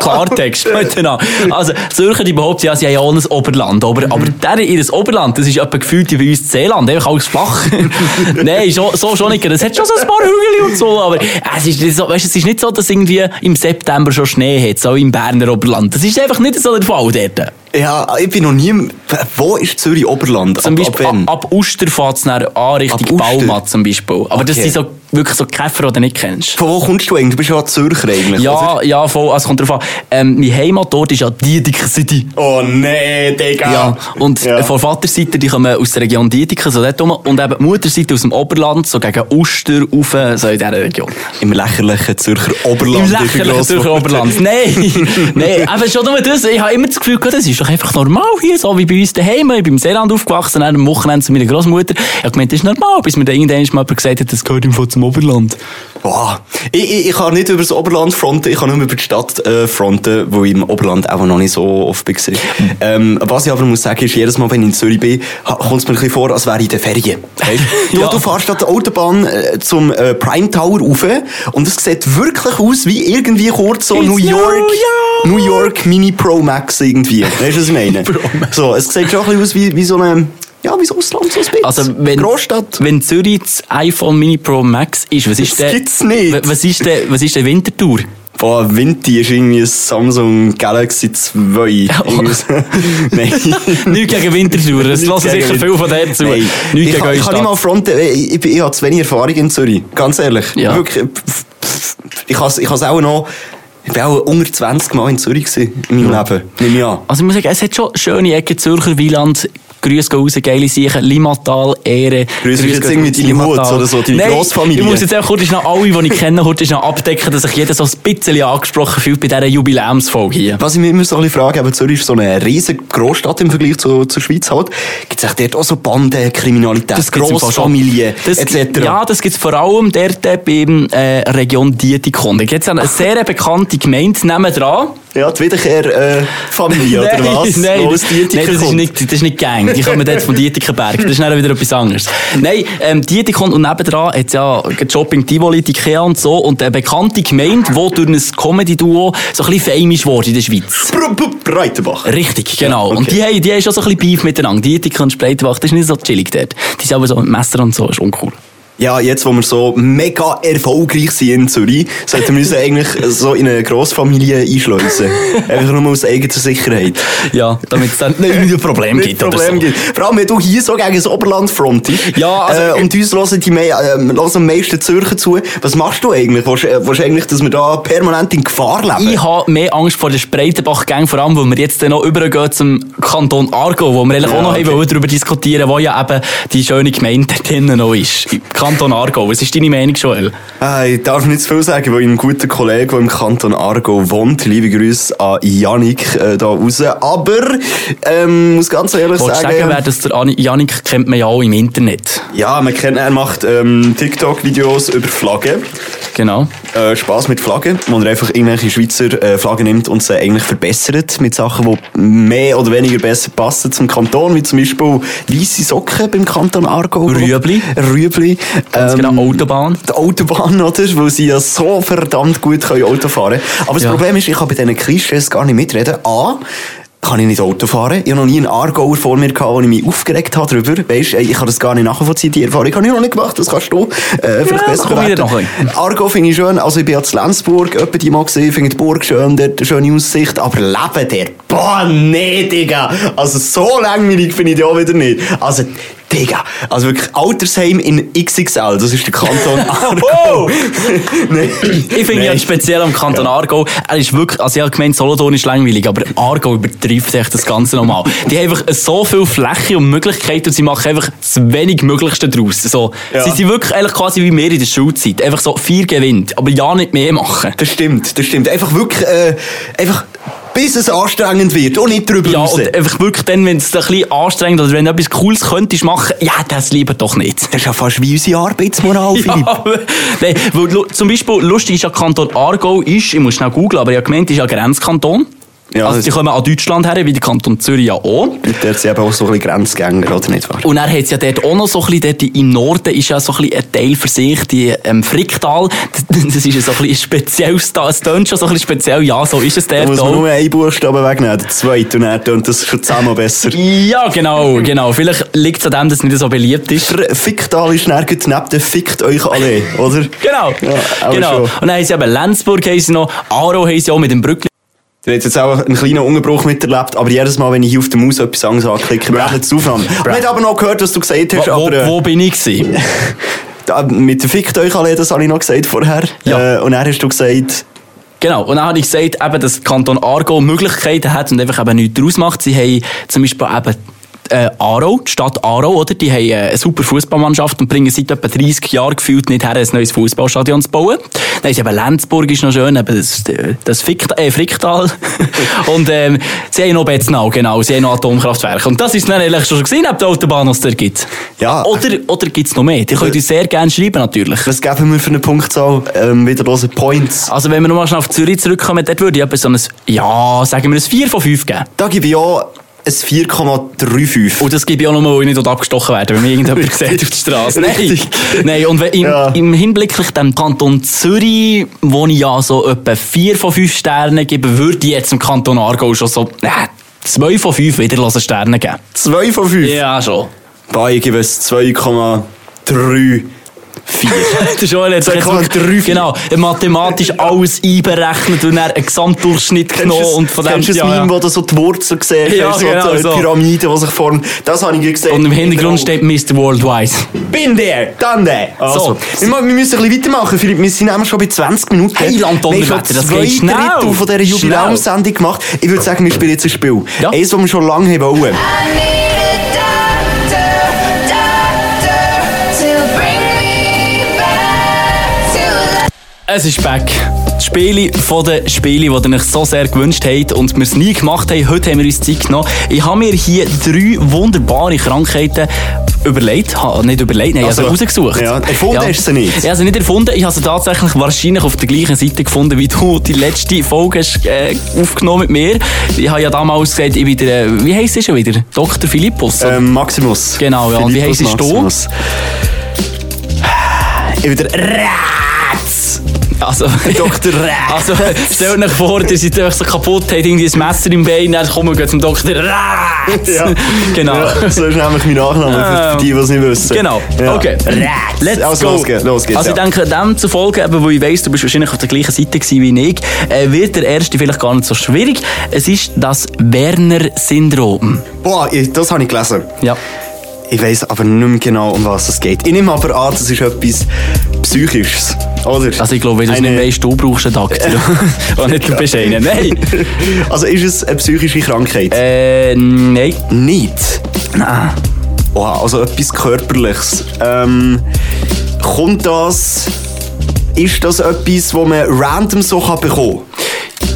Speaker 1: [laughs]
Speaker 2: Klartext, bitte an. Also, Zürcher, die behaupten ja, sie haben ja auch ein Oberland,
Speaker 1: Mhm.
Speaker 2: aber, aber der ihr Oberland, das ist etwa gefühlt wie bei uns das Seeland, einfach alles flach.
Speaker 1: [laughs]
Speaker 2: Nein, so, so schon nicht, das hat schon so ein paar Hügel und so, aber es ist, nicht so, weißt, es ist nicht so, dass irgendwie im September schon Schnee hat, so im Berner Oberland. Das ist einfach nicht so der Fall dort.
Speaker 1: Ja, ich bin noch nie... im- Wo ist Zürich Oberland?
Speaker 2: Zum
Speaker 1: Ab- ab
Speaker 2: Beispiel ab,
Speaker 1: wann?
Speaker 2: ab, Oster fährt es dann an
Speaker 1: Ab
Speaker 2: Richtung
Speaker 1: Uster?
Speaker 2: Bauma zum Beispiel. Aber das
Speaker 1: Okay.
Speaker 2: sind so, wirklich so Käfer, die du nicht kennst.
Speaker 1: Von wo kommst du eigentlich? Du bist ja Zürcher eigentlich, Äh, oder?
Speaker 2: Ja, ja, voll. Also kommt drauf an. Ähm, mein Heimatort ist ja Diedeke City.
Speaker 1: Oh nee, Digga.
Speaker 2: Ja. Und äh,
Speaker 1: Ja.
Speaker 2: von Vaterseite, die kommen aus der Region Diedeke, so dort rum. Und eben die Mutterseite aus dem Oberland, so gegen Uster, rauf, so in dieser Region.
Speaker 1: Im lächerlichen Zürcher Oberland.
Speaker 2: Im
Speaker 1: ist ein
Speaker 2: lächerlichen
Speaker 1: grosses
Speaker 2: Zürcher
Speaker 1: Wort.
Speaker 2: Oberland. Nein,
Speaker 1: [laughs]
Speaker 2: nein, aber schon nur das. Ich habe immer das Gefühl, gehabt, das ist doch einfach normal hier, so wie bei uns daheim. Ich bin im Seeland aufgewachsen, dann am Wochenende zu meiner Großmutter. Ich habe gemeint, das ist normal, bis mir dann irgendwann mal jemand gesagt hat, das gehört im Fall zum Oberland.
Speaker 1: Wow. Ich, ich, ich kann nicht über das Oberland fronten, ich kann nur über die Stadt äh, fronten, wo ich im Oberland auch noch nicht so oft bin. Ähm, was ich aber muss sagen, ist, jedes Mal, wenn ich in Zürich bin, ha- kommt es mir ein bisschen vor, als wäre ich in den Ferien. Weißt? [laughs] Du,
Speaker 2: Ja.
Speaker 1: du fährst an der Autobahn äh, zum äh, Prime Tower rauf und es sieht wirklich aus wie irgendwie kurz so
Speaker 2: It's
Speaker 1: New
Speaker 2: New
Speaker 1: York,
Speaker 2: York.
Speaker 1: New York Mini Pro Max
Speaker 2: [laughs]
Speaker 1: irgendwie. Weißt du, was ich meine? so, es sieht schon ein bisschen aus wie, wie so eine, ja, wie so Ausland, so ein bisschen.
Speaker 2: Also, wenn,
Speaker 1: Großstadt.
Speaker 2: wenn Zürich das iPhone Mini Pro Max ist, was ist
Speaker 1: Das
Speaker 2: der,
Speaker 1: gibt's nicht.
Speaker 2: wa- Was ist der, was ist
Speaker 1: [laughs]
Speaker 2: der Wintertour?
Speaker 1: Boah, Oh, Vinti ist irgendwie ein Samsung Galaxy
Speaker 2: [laughs]
Speaker 1: 2. Irgendwie so. Nein.
Speaker 2: Nicht gegen Wintertour, das lassen sicher viel von denen zu.
Speaker 1: Nein. ich
Speaker 2: Nicht gegen
Speaker 1: kann,
Speaker 2: euch.
Speaker 1: ich kann nicht mal
Speaker 2: Stadt.
Speaker 1: fronten, ich, ich, ich habe zu wenig Erfahrung in Zürich. Ganz ehrlich.
Speaker 2: Ja.
Speaker 1: Wirklich, äh, pff, pff, ich has ich has auch noch, ich bin auch unter 20 Mal in Zürich gewesen, in meinem Leben. Nimm ich an.
Speaker 2: Also ich muss sagen, es hat schon schöne Ecken, Zürcher Wieland, Grüß gehen raus, geile Siechen, Limatal, Ehre.
Speaker 1: Grüß ist
Speaker 2: gehen
Speaker 1: jetzt
Speaker 2: raus,
Speaker 1: irgendwie deine Mutter
Speaker 2: Limatal.
Speaker 1: oder so, deine
Speaker 2: Nein,
Speaker 1: Grossfamilie.
Speaker 2: ich muss jetzt einfach kurz noch alle, die ich kenne, kurz noch abdecken, dass sich jeder so ein bisschen angesprochen fühlt bei dieser Jubiläumsfolge hier.
Speaker 1: Was ich mich immer so ein bisschen frage, eben Zürich ist so eine riesige Großstadt im Vergleich zu, zur Schweiz halt. Gibt es dort auch so Banden, Kriminalität,
Speaker 2: gibt's im Fall schon.
Speaker 1: Großfamilien,
Speaker 2: Das-
Speaker 1: etc.?
Speaker 2: Ja, das gibt es vor allem dort bei äh, Region Dietikon. Da gibt es eine sehr bekannte Gemeinde nebendran.
Speaker 1: Ja, die Wiederkehr-Familie, äh, oder was?
Speaker 2: nein,
Speaker 1: Wo aus
Speaker 2: [laughs] nein,
Speaker 1: Dietikon
Speaker 2: das, ist
Speaker 1: kommt.
Speaker 2: nicht, das ist nicht gang. Schweinswang. Die kommen dort vom Dietikenberg. Das ist dann wieder etwas anderes. Nein, ähm, Dietikon und nebendran hat ja Shopping Tivoli, die Ikea und so. Und eine bekannte Gemeinde, die durch ein Comedy-Duo so ein bisschen famous wurde in der Schweiz.
Speaker 1: Br- br- Breitenbach.
Speaker 2: Richtig, genau.
Speaker 1: okay.
Speaker 2: Und die haben, die haben schon so ein bisschen Beef miteinander. Dietiken und Spreitenbach, das ist nicht so chillig dort. Die sind aber so mit Messer und so, ist uncool.
Speaker 1: Ja, jetzt, wo wir so mega erfolgreich sind in Zürich, sollten wir uns [laughs] eigentlich so in eine Grossfamilie einschleusen. Einfach nur aus eigener Sicherheit.
Speaker 2: Ja, damit es dann [laughs] nicht irgendwie ein Problem
Speaker 1: Nicht
Speaker 2: gibt
Speaker 1: Problem
Speaker 2: oder so.
Speaker 1: gibt. Vor allem, wenn du hier so gegen das Oberland frontest.
Speaker 2: Ja, also-
Speaker 1: äh, und uns hören, die mei- ähm, hören am meisten Zürcher zu. Was machst du eigentlich? Willst, äh, willst du eigentlich, dass wir da permanent in Gefahr leben?
Speaker 2: Ich habe mehr Angst vor der Spreitenbach-Gang, vor allem, weil wir jetzt dann noch übergehen zum Kanton Aargau, wo wir eigentlich
Speaker 1: Ja,
Speaker 2: auch noch
Speaker 1: okay.
Speaker 2: okay. darüber diskutieren, wo ja eben die schöne Gemeinde [laughs] drinnen noch ist. Im Kanton Aargau. Was ist deine Meinung, Joel?
Speaker 1: Ah, ich darf nicht zu viel sagen, weil ich einen guten Kollegen, der im Kanton Aargau wohnt, liebe Grüße an Janik äh, da raus. Aber, ähm, muss ganz ehrlich
Speaker 2: Wolltest du
Speaker 1: sagen,
Speaker 2: sagen, wer das der Ani- Janik kennt man ja auch im Internet.
Speaker 1: ja, man kennt, er macht ähm, TikTok-Videos über Flaggen.
Speaker 2: Genau.
Speaker 1: äh, Spass mit Flaggen, wo er einfach irgendwelche Schweizer äh, Flaggen nimmt und sie eigentlich verbessert mit Sachen, die mehr oder weniger besser passen zum Kanton, wie zum Beispiel weisse Socken beim Kanton Aargau.
Speaker 2: Rüebli.
Speaker 1: Rüebli.
Speaker 2: Ganz
Speaker 1: ähm,
Speaker 2: genau, Autobahn.
Speaker 1: die Autobahn, oder? Weil sie ja so verdammt gut können Auto fahren Aber das
Speaker 2: Ja.
Speaker 1: Problem ist, ich kann bei diesen Klischees gar nicht mitreden. A, kann ich nicht Auto fahren. Ich habe noch nie einen Aargauer vor mir gehabt, wo ich mich aufgeregt habe darüber. Weisst, ey, ich kann das gar nicht nachvollziehen, die Erfahrung habe ich noch nicht gemacht, das kannst du äh, vielleicht
Speaker 2: Ja,
Speaker 1: besser
Speaker 2: komm wieder
Speaker 1: bewerten.
Speaker 2: noch ein.
Speaker 1: Aargau finde ich schön, also ich bin ja zu Lenzburg, etwa die mal gesehen, finde die Burg schön, dort eine schöne Aussicht, aber Leben der Bahne, Digga! Also so langweilig finde ich die auch wieder nicht. Also, Digga, also wirklich Altersheim in XXL, das ist der
Speaker 2: [laughs]
Speaker 1: Kanton [laughs] Aargau. Nein.
Speaker 2: Oh! Ich finde ja speziell am Kanton Aargau, er ist wirklich, also ich habe gemeint, Solothurn ist langweilig, aber Aargau übertrifft echt das Ganze nochmal. Die haben einfach so viel Fläche und Möglichkeiten und sie machen einfach das wenig Möglichste draus. So,
Speaker 1: Ja.
Speaker 2: Sie sind wirklich eigentlich quasi wie wir in der Schulzeit. Einfach so vier gewinnt, aber ja nicht mehr machen.
Speaker 1: Das stimmt, das stimmt. Einfach wirklich, äh, einfach bis es anstrengend wird und nicht drüber
Speaker 2: Ja,
Speaker 1: raus.
Speaker 2: und äh, einfach wirklich dann, wenn es ein bisschen anstrengend oder wenn du etwas Cooles könntest machen, ja, das lieber doch nicht.
Speaker 1: Das ist ja fast wie unsere Arbeitsmoral, Oh, Philipp.
Speaker 2: Ja, Nein, weil, lu- zum Beispiel, lustig ist ja, Kanton Aargau ist, ich muss schnell googeln, aber ich habe gemeint, ist ja Grenzkanton.
Speaker 1: Ja,
Speaker 2: also
Speaker 1: das-
Speaker 2: die kommen an Deutschland her, wie der Kanton Zürich ja auch.
Speaker 1: Und dort sind eben auch so ein bisschen Grenzgänger, oder nicht wahr?
Speaker 2: Und er hat ja dort auch noch so ein bisschen, dort im Norden ist ja so ein bisschen ein Teil für sich, die ähm, Fricktal, [laughs] das ist ja so ein bisschen spezielles, Tal. es tönt schon so ein bisschen speziell, ja, so ist es
Speaker 1: Da
Speaker 2: dort
Speaker 1: muss man
Speaker 2: auch.
Speaker 1: nur einen Buchstaben wegnehmen, den zweiten, und dann tönt das schon zusammen [laughs] besser.
Speaker 2: Ja, genau, genau. Vielleicht liegt es an dem, dass es nicht so beliebt ist.
Speaker 1: Der Ficktal ist nirgends neben der Fickt euch alle, oder?
Speaker 2: Genau,
Speaker 1: Ja, aber
Speaker 2: genau.
Speaker 1: schon.
Speaker 2: Und dann haben sie eben Lenzburg haben sie noch, Aro haben sie auch mit dem Brückli.
Speaker 1: Du hast jetzt auch einen kleinen Unterbruch miterlebt, aber jedes Mal, wenn ich hier auf der Maus etwas anderes anklicke, brechen die Aufnahme. Ich habe aber noch gehört, was du gesagt hast,
Speaker 2: Wo,
Speaker 1: aber... äh,
Speaker 2: wo bin ich gewesen?
Speaker 1: da- Mit der Fickt euch alle, das habe ich noch gesagt vorher.
Speaker 2: Ja.
Speaker 1: Äh, und dann hast du gesagt...
Speaker 2: Genau, und dann habe ich gesagt, eben, dass der Kanton Aargau Möglichkeiten hat und einfach eben nichts daraus macht. Sie haben zum Beispiel eben äh, Aarau, die Stadt Aarau, oder? die haben äh, eine super Fußballmannschaft und bringen seit etwa 30 Jahren gefühlt nicht her, ein neues Fußballstadion zu bauen. Dann ist eben Lenzburg ist noch schön, eben das, das Ficktal, äh, Fricktal. und ähm, sie haben noch Betznau, genau, sie haben noch Atomkraftwerke. Und das ist dann eigentlich schon gesehen, ob die Autobahn, was es da gibt.
Speaker 1: Ja.
Speaker 2: Oder, oder gibt es noch mehr? Die könnt ihr sehr gerne schreiben, natürlich.
Speaker 1: Was geben wir für eine Punktzahl? Ähm, wieder los, Points.
Speaker 2: Also wenn wir nochmal schnell auf Zürich zurückkommen, dort würde ich etwa so ein, ja, sagen wir ein 4 von 5 geben.
Speaker 1: Da gebe ich ja ein 4,35.
Speaker 2: Und das gebe ich auch nochmal, wo ich nicht dort abgestochen werde, wenn mir
Speaker 1: [laughs]
Speaker 2: irgendjemand sieht auf der Straße. Nein,
Speaker 1: Richtig.
Speaker 2: Nein. und wenn- im,
Speaker 1: Ja.
Speaker 2: im Hinblick auf den Kanton Zürich, wo ich ja so etwa 4 von 5 Sternen gebe, würde ich jetzt im Kanton Aargau schon so, äh, 2 von 5 wiederlassen Sterne geben.
Speaker 1: 2 von 5.
Speaker 2: Ja, [laughs] schon.
Speaker 1: Bei ich gebe es 2,34.
Speaker 2: Der Joel hat sich jetzt wirklich-
Speaker 1: 2,34.
Speaker 2: genau, mathematisch alles einberechnet und dann einen Gesamtdurchschnitt genommen.
Speaker 1: Kennst du
Speaker 2: und von dem,
Speaker 1: kennst du das
Speaker 2: ja, ja.
Speaker 1: Meme, wo du so die Wurzel siehst?
Speaker 2: Ja,
Speaker 1: so
Speaker 2: genau
Speaker 1: die
Speaker 2: so.
Speaker 1: Pyramide, die sich formt. Das habe ich gesehen.
Speaker 2: und im
Speaker 1: Genau.
Speaker 2: Hintergrund steht Mr. Worldwide.
Speaker 1: Bin der, dann der. Also,
Speaker 2: So.
Speaker 1: wir, ma- wir müssen ein bisschen weitermachen, Philipp. Wir sind nämlich schon bei 20 Minuten.
Speaker 2: Hey, Land
Speaker 1: Wir haben schon
Speaker 2: Donnerwetter, das
Speaker 1: zwei
Speaker 2: geht schnell.
Speaker 1: Drittel von dieser Jubiläumssendung gemacht. Ich würde sagen, wir spielen jetzt ein Spiel.
Speaker 2: Ja.
Speaker 1: Eins, das wir schon lange haben wollen.
Speaker 3: I need a doctor, doctor, to bring me back to life.
Speaker 2: Es ist back. Das Spiele von den Spielen, die ihr euch so sehr gewünscht habt und wir es nie gemacht haben. Heute haben wir uns Zeit genommen. Ich habe mir hier drei wunderbare Krankheiten überlegt. Ha, nicht überlegt, nein, ich habe sie
Speaker 1: Also,
Speaker 2: rausgesucht.
Speaker 1: ja, erfunden hast du sie nicht?
Speaker 2: Ich habe sie nicht erfunden. Ich habe sie tatsächlich wahrscheinlich auf der gleichen Seite gefunden, wie du die letzte Folge hast, äh, aufgenommen mit mir. Ich habe ja damals gesagt, ich bin der, äh, wie heisst er schon wieder? Dr. Philippus. oder?
Speaker 1: Ähm, Maximus.
Speaker 2: Genau, ja. Und wie
Speaker 1: Philippus
Speaker 2: heisst du?
Speaker 1: Maximus. Ich bin der
Speaker 2: [laughs]
Speaker 1: Ratz.
Speaker 2: Also,
Speaker 1: Dr. Ratz.
Speaker 2: Also, stellt euch vor, ihr seid einfach so kaputt, habt irgendwie ein Messer im Bein, dann kommen wir zum Dr. Ratz.
Speaker 1: Ja.
Speaker 2: [laughs] Genau.
Speaker 1: Ja, so ist nämlich mein Nachname, für
Speaker 2: Ähm,
Speaker 1: die, die es nicht wissen.
Speaker 2: Genau,
Speaker 1: Ja.
Speaker 2: okay.
Speaker 1: Ratz.
Speaker 2: Let's
Speaker 1: also,
Speaker 2: go.
Speaker 1: Los geht's, los geht's.
Speaker 2: also ich
Speaker 1: ja.
Speaker 2: denke, dem zufolge, eben, wo ich weiss, du bist wahrscheinlich auf der gleichen Seite gewesen wie ich, äh, wird der erste vielleicht gar nicht so schwierig. Es ist das Werner-Syndrom.
Speaker 1: Boah, ich, das habe ich gelesen.
Speaker 2: Ja.
Speaker 1: Ich weiss aber nicht mehr genau, um was es geht. Ich nehme aber an, das ist etwas Psychisches. Oder?
Speaker 2: Also ich glaube, wenn du es
Speaker 1: Eine-
Speaker 2: nicht weisst, du brauchst einen Daktilo. [laughs] Und nicht du bist einer. Nein.
Speaker 1: [laughs] Also ist es eine psychische Krankheit?
Speaker 2: Äh, nein.
Speaker 1: Nicht.
Speaker 2: Nein.
Speaker 1: Oha, also etwas Körperliches. Ähm, kommt das... Ist das etwas, wo man random so kann bekommen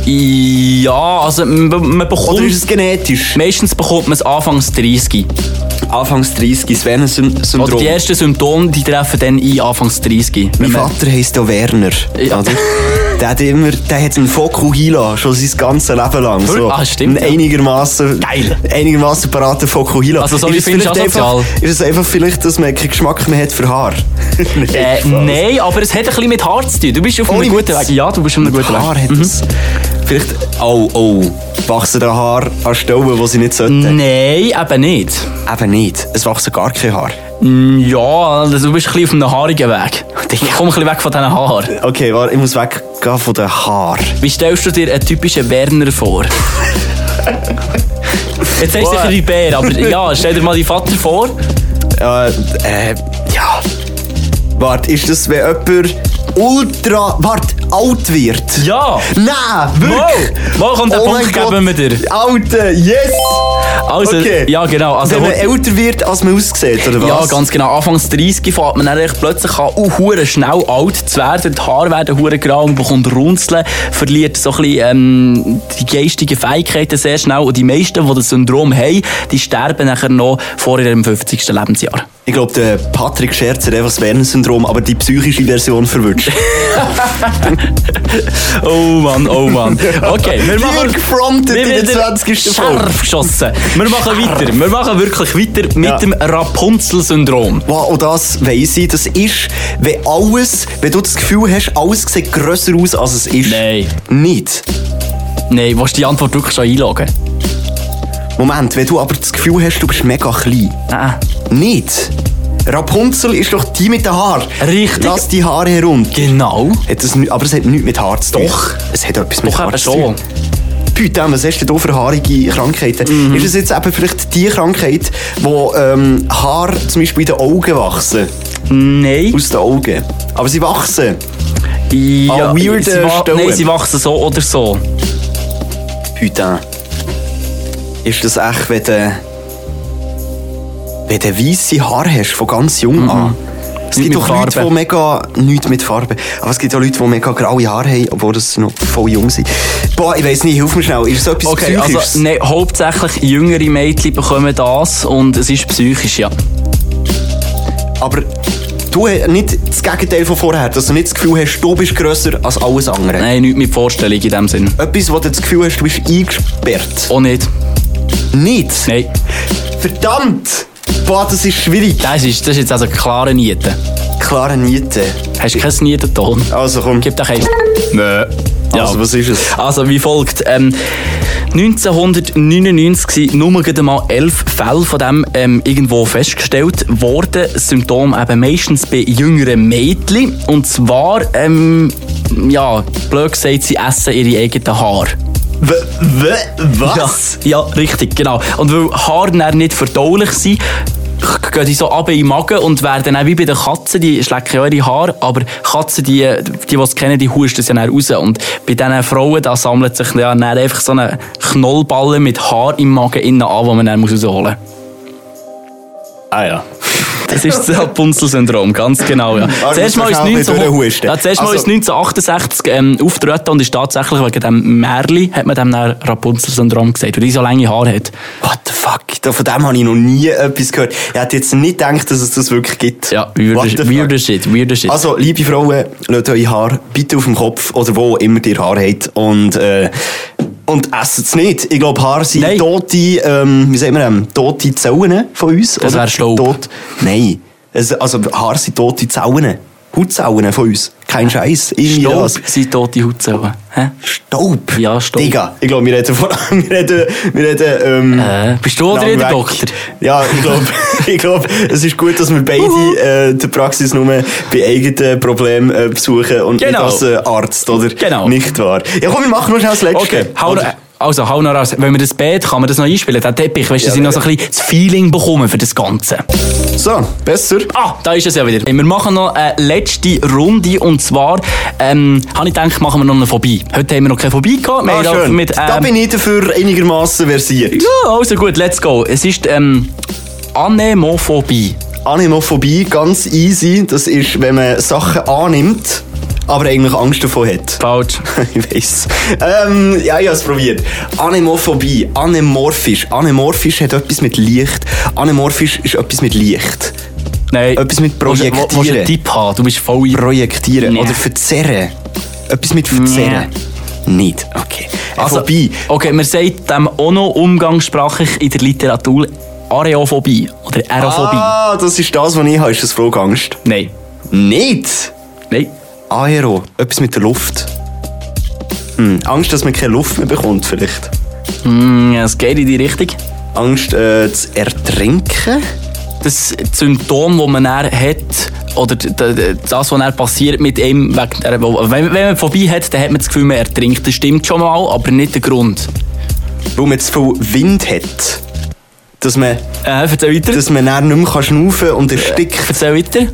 Speaker 2: Ja, also man
Speaker 1: kann? Oder
Speaker 2: man bekommt...
Speaker 1: ist es genetisch?
Speaker 2: Meistens bekommt man es anfangs 30.
Speaker 1: Anfangs 30, das
Speaker 2: Oder
Speaker 1: Werner-Syndrom.
Speaker 2: die ersten Symptome die treffen dann ein anfangs 30.
Speaker 1: Mein
Speaker 2: Wenn man-
Speaker 1: Vater heisst auch Werner.
Speaker 2: Ja.
Speaker 1: Oder?
Speaker 2: [laughs]
Speaker 1: Der hat immer, der hat einen Fokuhila schon sein ganzes Leben lang. So.
Speaker 2: Ah, stimmt,
Speaker 1: Ein
Speaker 2: ja.
Speaker 1: einigermaßen,
Speaker 2: Geil.
Speaker 1: einigermaßen paraten Fokuhila.
Speaker 2: Also so wie
Speaker 1: es
Speaker 2: findest
Speaker 1: vielleicht
Speaker 2: du
Speaker 1: einfach,
Speaker 2: asozial?
Speaker 1: ist es einfach vielleicht, dass man keinen Geschmack mehr hat für
Speaker 2: [laughs]
Speaker 1: Haar?
Speaker 2: Äh,
Speaker 1: Spaß.
Speaker 2: nein, aber es hat ein bisschen mit Harz zu tun. Du bist auf einem
Speaker 1: Ohne
Speaker 2: guten
Speaker 1: Witz.
Speaker 2: Weg. Ja, du bist auf einem guten
Speaker 1: Oh, Haar
Speaker 2: Weg.
Speaker 1: hat es. Vielleicht, oh, oh, wachsen da Haar an Stellen, wo sie nicht sollten?
Speaker 2: Nein, eben nicht.
Speaker 1: Eben nicht. Es wachsen gar kein Haar.
Speaker 2: Mm, Ja, also du bist ein bisschen auf einem haarigen Weg. Ich komme ein bisschen weg von diesen Haaren.
Speaker 1: Okay, warte, ich muss weggehen von den Haaren.
Speaker 2: Wie stellst du dir einen typischen Werner [laughs] vor? Jetzt sagst du sicher die Bär,
Speaker 1: [laughs]
Speaker 2: aber ja, stell dir mal deinen Vater vor.
Speaker 1: Äh, äh, ja. Warte, ist das, wenn jemand ultra, warte, alt wird?
Speaker 2: Ja!
Speaker 1: Nein,
Speaker 2: Wow!
Speaker 1: wirklich!
Speaker 2: Wow, kommt der
Speaker 1: Oh
Speaker 2: Punkt,
Speaker 1: mein
Speaker 2: geben wir dir.
Speaker 1: Gott. Alter, yes!
Speaker 2: Also,
Speaker 1: Okay.
Speaker 2: ja genau. Also,
Speaker 1: wenn man älter wird, als man aussieht, oder was?
Speaker 2: Ja, ganz genau. Anfangs 30 fährt man dann echt plötzlich an, uh, hure schnell alt zu werden. Die Haare werden hure grau und bekommt Runzeln, verliert so ein bisschen, ähm, die geistigen Fähigkeiten sehr schnell. Und die meisten, die das Syndrom haben, die sterben nachher noch vor ihrem 50. Lebensjahr.
Speaker 1: Ich glaube, der Patrick Scherz hat einfach das Werner-Syndrom, aber die psychische Version [laughs] verwünscht.
Speaker 2: Oh Mann, oh [laughs] Mann. Okay, wir
Speaker 1: Jürg
Speaker 2: machen...
Speaker 1: frontet
Speaker 2: Wir
Speaker 1: in der
Speaker 2: werden
Speaker 1: 20. Folge.
Speaker 2: Scharf geschossen. Wir machen weiter. Wir machen wirklich weiter mit
Speaker 1: Ja.
Speaker 2: dem Rapunzel-Syndrom.
Speaker 1: Wow, und das weiss ich, das ist, wenn alles, wenn du das Gefühl hast, alles sieht grösser aus, als es ist.
Speaker 2: Nein.
Speaker 1: Nicht.
Speaker 2: Nein, willst du die Antwort wirklich schon einloggen?
Speaker 1: Moment, wenn du aber das Gefühl hast, du bist mega klein.
Speaker 2: Nein.
Speaker 1: Nicht. Rapunzel ist doch die mit den Haaren.
Speaker 2: Richtig.
Speaker 1: Lass die Haare herunter.
Speaker 2: Genau.
Speaker 1: Hat das, nü- aber es hat nichts mit Haar zu tun.
Speaker 2: Doch.
Speaker 1: Es hat etwas mit
Speaker 2: Doch,
Speaker 1: Haar
Speaker 2: eben
Speaker 1: zu tun.
Speaker 2: schon.
Speaker 1: Bitte, was hast du denn da für haarige
Speaker 2: Mhm.
Speaker 1: Krankheiten? Ist es jetzt eben vielleicht die Krankheit, wo ähm, Haar zum Beispiel in den Augen wachsen?
Speaker 2: Nein.
Speaker 1: Aus den Augen. Aber sie wachsen.
Speaker 2: Ja,
Speaker 1: An weirden
Speaker 2: sie wa-
Speaker 1: Stellen.
Speaker 2: Nein, sie wachsen so oder so.
Speaker 1: Putain. Ist das echt, wenn du, wenn du weisse Haare hast, von ganz jung an? Es
Speaker 2: Mhm. Nicht
Speaker 1: gibt
Speaker 2: mit
Speaker 1: doch Leute,
Speaker 2: Farbe.
Speaker 1: die mega... Nichts mit Farbe. Aber es gibt auch Leute, die mega graue Haare haben, obwohl sie noch voll jung sind. Boah, ich weiss nicht, hilf mir schnell. Ist so etwas
Speaker 2: Okay,
Speaker 1: Psychisches?
Speaker 2: also nein, hauptsächlich jüngere Mädchen bekommen das und es ist psychisch, ja.
Speaker 1: Aber du hast nicht das Gegenteil von vorher, dass du nicht das Gefühl hast, du bist grösser als alles andere.
Speaker 2: Nein, nichts mit Vorstellung in dem Sinn.
Speaker 1: Etwas, wo du das Gefühl hast, du bist eingesperrt.
Speaker 2: Auch nicht. Oh.
Speaker 1: Nicht?
Speaker 2: Nein,
Speaker 1: Verdammt! Boah, das ist schwierig.
Speaker 2: das ist, das ist jetzt also klare Niete.
Speaker 1: Klare Niete.
Speaker 2: Hast du keinen Nietenton?
Speaker 1: Also komm.
Speaker 2: Gib doch eins.
Speaker 1: Nö.
Speaker 2: Äh, Ja.
Speaker 1: Also, was ist es?
Speaker 2: Also, wie folgt. Ähm, 1999 waren nur gerade mal elf Fälle von dem ähm, irgendwo festgestellt worden. Das Symptom eben meistens bei jüngeren Mädchen. Und zwar, ähm, ja, blöd gesagt, sie essen ihre eigenen Haare.
Speaker 1: W w was?
Speaker 2: Ja, ja, richtig, genau. Und weil Haare dann nicht verdaulich sind, k- gehen die so ab in den Magen und werden dann wie bei den Katzen, die schlecken ja ihre Haare, aber Katzen, die, die, die es kennen, die husten es ja dann raus. Und bei diesen Frauen, da sammelt sich ja dann einfach so eine Knollballen mit Haar im Magen innen an, die man dann muss rausholen muss.
Speaker 1: Ah ja.
Speaker 2: Das ist
Speaker 1: [laughs]
Speaker 2: das Rapunzel-Syndrom, ganz genau. Ja.
Speaker 1: muss
Speaker 2: Zuerst mal
Speaker 1: man
Speaker 2: ist
Speaker 1: schnell ein bisschen
Speaker 2: 19...
Speaker 1: durchhusten.
Speaker 2: ja, zuerst mal
Speaker 1: Also-
Speaker 2: ist 1968 ähm, auftreten und ist tatsächlich wegen dem Märli, hat man dem dann Rapunzel-Syndrom gesagt, weil die so lange Haare hat.
Speaker 1: What the fuck? Da- Von dem habe ich noch nie etwas gehört. Ich hätte jetzt nicht gedacht, dass es das wirklich gibt.
Speaker 2: Ja,
Speaker 1: What
Speaker 2: weirder,
Speaker 1: the fuck?
Speaker 2: weirder Shit, weirder Shit.
Speaker 1: Also, liebe Frauen, lasst eure Haare bitte auf dem Kopf oder wo immer ihr Haar habt und, äh, und esst es nicht. Ich glaube, Haare sind
Speaker 2: Nein.
Speaker 1: tote, ähm, wie sagt man dem, tote Zellen von uns.
Speaker 2: Das
Speaker 1: oder?
Speaker 2: wär Staub.
Speaker 1: Tot. Nein. Es, also, Haare sind tote Zellen. Hautzellen von uns. Kein Scheiß. Irgendwie
Speaker 2: Staub
Speaker 1: das.
Speaker 2: sind tote Hautzellen. Hä?
Speaker 1: Staub.
Speaker 2: Ja, Staub.
Speaker 1: Digga, ich glaube, wir reden vor [laughs] wir reden, wir reden, ähm,
Speaker 2: Äh, bist du oder
Speaker 1: lang
Speaker 2: der
Speaker 1: weg.
Speaker 2: Doktor?
Speaker 1: Ja, ich glaube, ich glaub, [laughs] es ist gut, dass wir beide äh, die Praxis nur bei eigenen Problemen äh, besuchen und
Speaker 2: Genau.
Speaker 1: nicht als äh, Arzt, oder?
Speaker 2: Genau.
Speaker 1: Nicht wahr? Ja, komm, wir machen nur schnell das Letzte.
Speaker 2: Okay, hau
Speaker 1: Oder-
Speaker 2: noch- also hau noch raus. Wenn wir das Bett, kann man das noch einspielen, den Teppich, weißt du, dass
Speaker 1: Ja,
Speaker 2: ich noch
Speaker 1: ja.
Speaker 2: so ein bisschen das Feeling bekomme für das Ganze.
Speaker 1: So, besser.
Speaker 2: Ah, da ist es ja wieder. Wir machen noch eine letzte Runde und zwar, ähm, habe ich gedacht, machen wir noch eine Phobie. Heute haben wir noch keine Phobie gehabt. Wir
Speaker 1: Ah,
Speaker 2: haben auch
Speaker 1: schön.
Speaker 2: Mit, ähm,
Speaker 1: da bin ich dafür einigermaßen versiert.
Speaker 2: ja, also gut, let's go. Es ist ähm, Anemophobie.
Speaker 1: Anemophobie, ganz easy. Das ist, wenn man Sachen annimmt, aber eigentlich Angst davor hat.
Speaker 2: Falsch.
Speaker 1: [laughs] ich weiß. Ähm, ja, ich habe es probiert. Anemophobie, anemorphisch. Anemorphisch hat etwas mit Licht. Anemorphisch ist etwas mit Licht.
Speaker 2: Nein.
Speaker 1: Etwas mit
Speaker 2: Willst du- willst du einen
Speaker 1: Projektieren.
Speaker 2: Tipp haben? Du bist voll...
Speaker 1: Projektieren
Speaker 2: Nee.
Speaker 1: oder verzerren. Etwas mit verzerren. Nicht. Okay. Also, Phobie.
Speaker 2: okay, man sagt dem auch noch umgangssprachlich in der Literatur Areophobie oder Aerophobie.
Speaker 1: Ah, das ist das, was ich habe. Ist das Flugangst?
Speaker 2: Nein.
Speaker 1: Nicht.
Speaker 2: Nein.
Speaker 1: Aero. Etwas mit der Luft. Hm. Angst, dass man keine Luft mehr bekommt, vielleicht.
Speaker 2: Mm, es geht in die Richtung.
Speaker 1: Angst, äh, zu ertrinken.
Speaker 2: Das Symptom, das man dann hat, oder d- d- das, was dann passiert mit einem, wegen der- wo- wenn, wenn man vorbei hat, dann hat man das Gefühl, man ertrinkt. Das stimmt schon mal, aber nicht der Grund.
Speaker 1: Weil man zu viel Wind hat. Dass man,
Speaker 2: Äh, erzähl weiter.
Speaker 1: [laughs] dass man dann nicht mehr kann schnaufen kann und erstickt.
Speaker 2: erzähl weiter.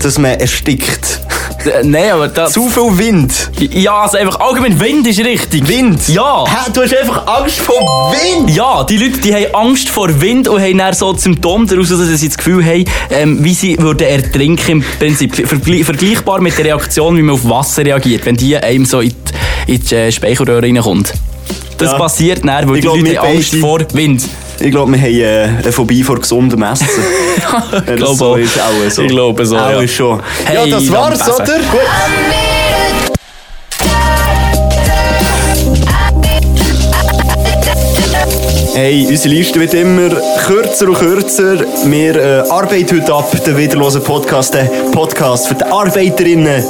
Speaker 1: Dass man erstickt. [laughs]
Speaker 2: Äh, Nein, aber da...
Speaker 1: Zu viel Wind.
Speaker 2: Ja, also einfach allgemein Wind ist richtig.
Speaker 1: Wind?
Speaker 2: Ja.
Speaker 1: Hä, du hast einfach Angst vor Wind.
Speaker 2: Ja, die Leute die haben Angst vor Wind und haben dann so die Symptome daraus, dass sie das Gefühl haben, ähm, wie sie würden ertrinken im Prinzip. Vergli vergleichbar mit der Reaktion, wie man auf Wasser reagiert, wenn die einem so in die, in die äh, Speicherröhre reinkommt. Das
Speaker 1: Ja.
Speaker 2: passiert dann, weil
Speaker 1: Ich
Speaker 2: die
Speaker 1: glaub,
Speaker 2: Leute
Speaker 1: wir
Speaker 2: haben Angst
Speaker 1: beide-
Speaker 2: vor
Speaker 1: [laughs]
Speaker 2: Wind.
Speaker 1: Ich glaube, wir haben äh, eine Phobie vor gesundem
Speaker 2: [laughs]
Speaker 1: Essen. Wenn das
Speaker 2: glaub
Speaker 1: so
Speaker 2: auch.
Speaker 1: ist auch so.
Speaker 2: Ich glaube so,
Speaker 1: Auch
Speaker 2: ja.
Speaker 1: schon. ja,
Speaker 2: Hey,
Speaker 1: das war's,
Speaker 2: Landbesser.
Speaker 1: oder? Gut. Hey, dus unsere Liste wird immer kürzer und kürzer. Wir äh, arbeiten heute ab, den wiederlosen Podcast, den Podcast für die Arbeiterinnen.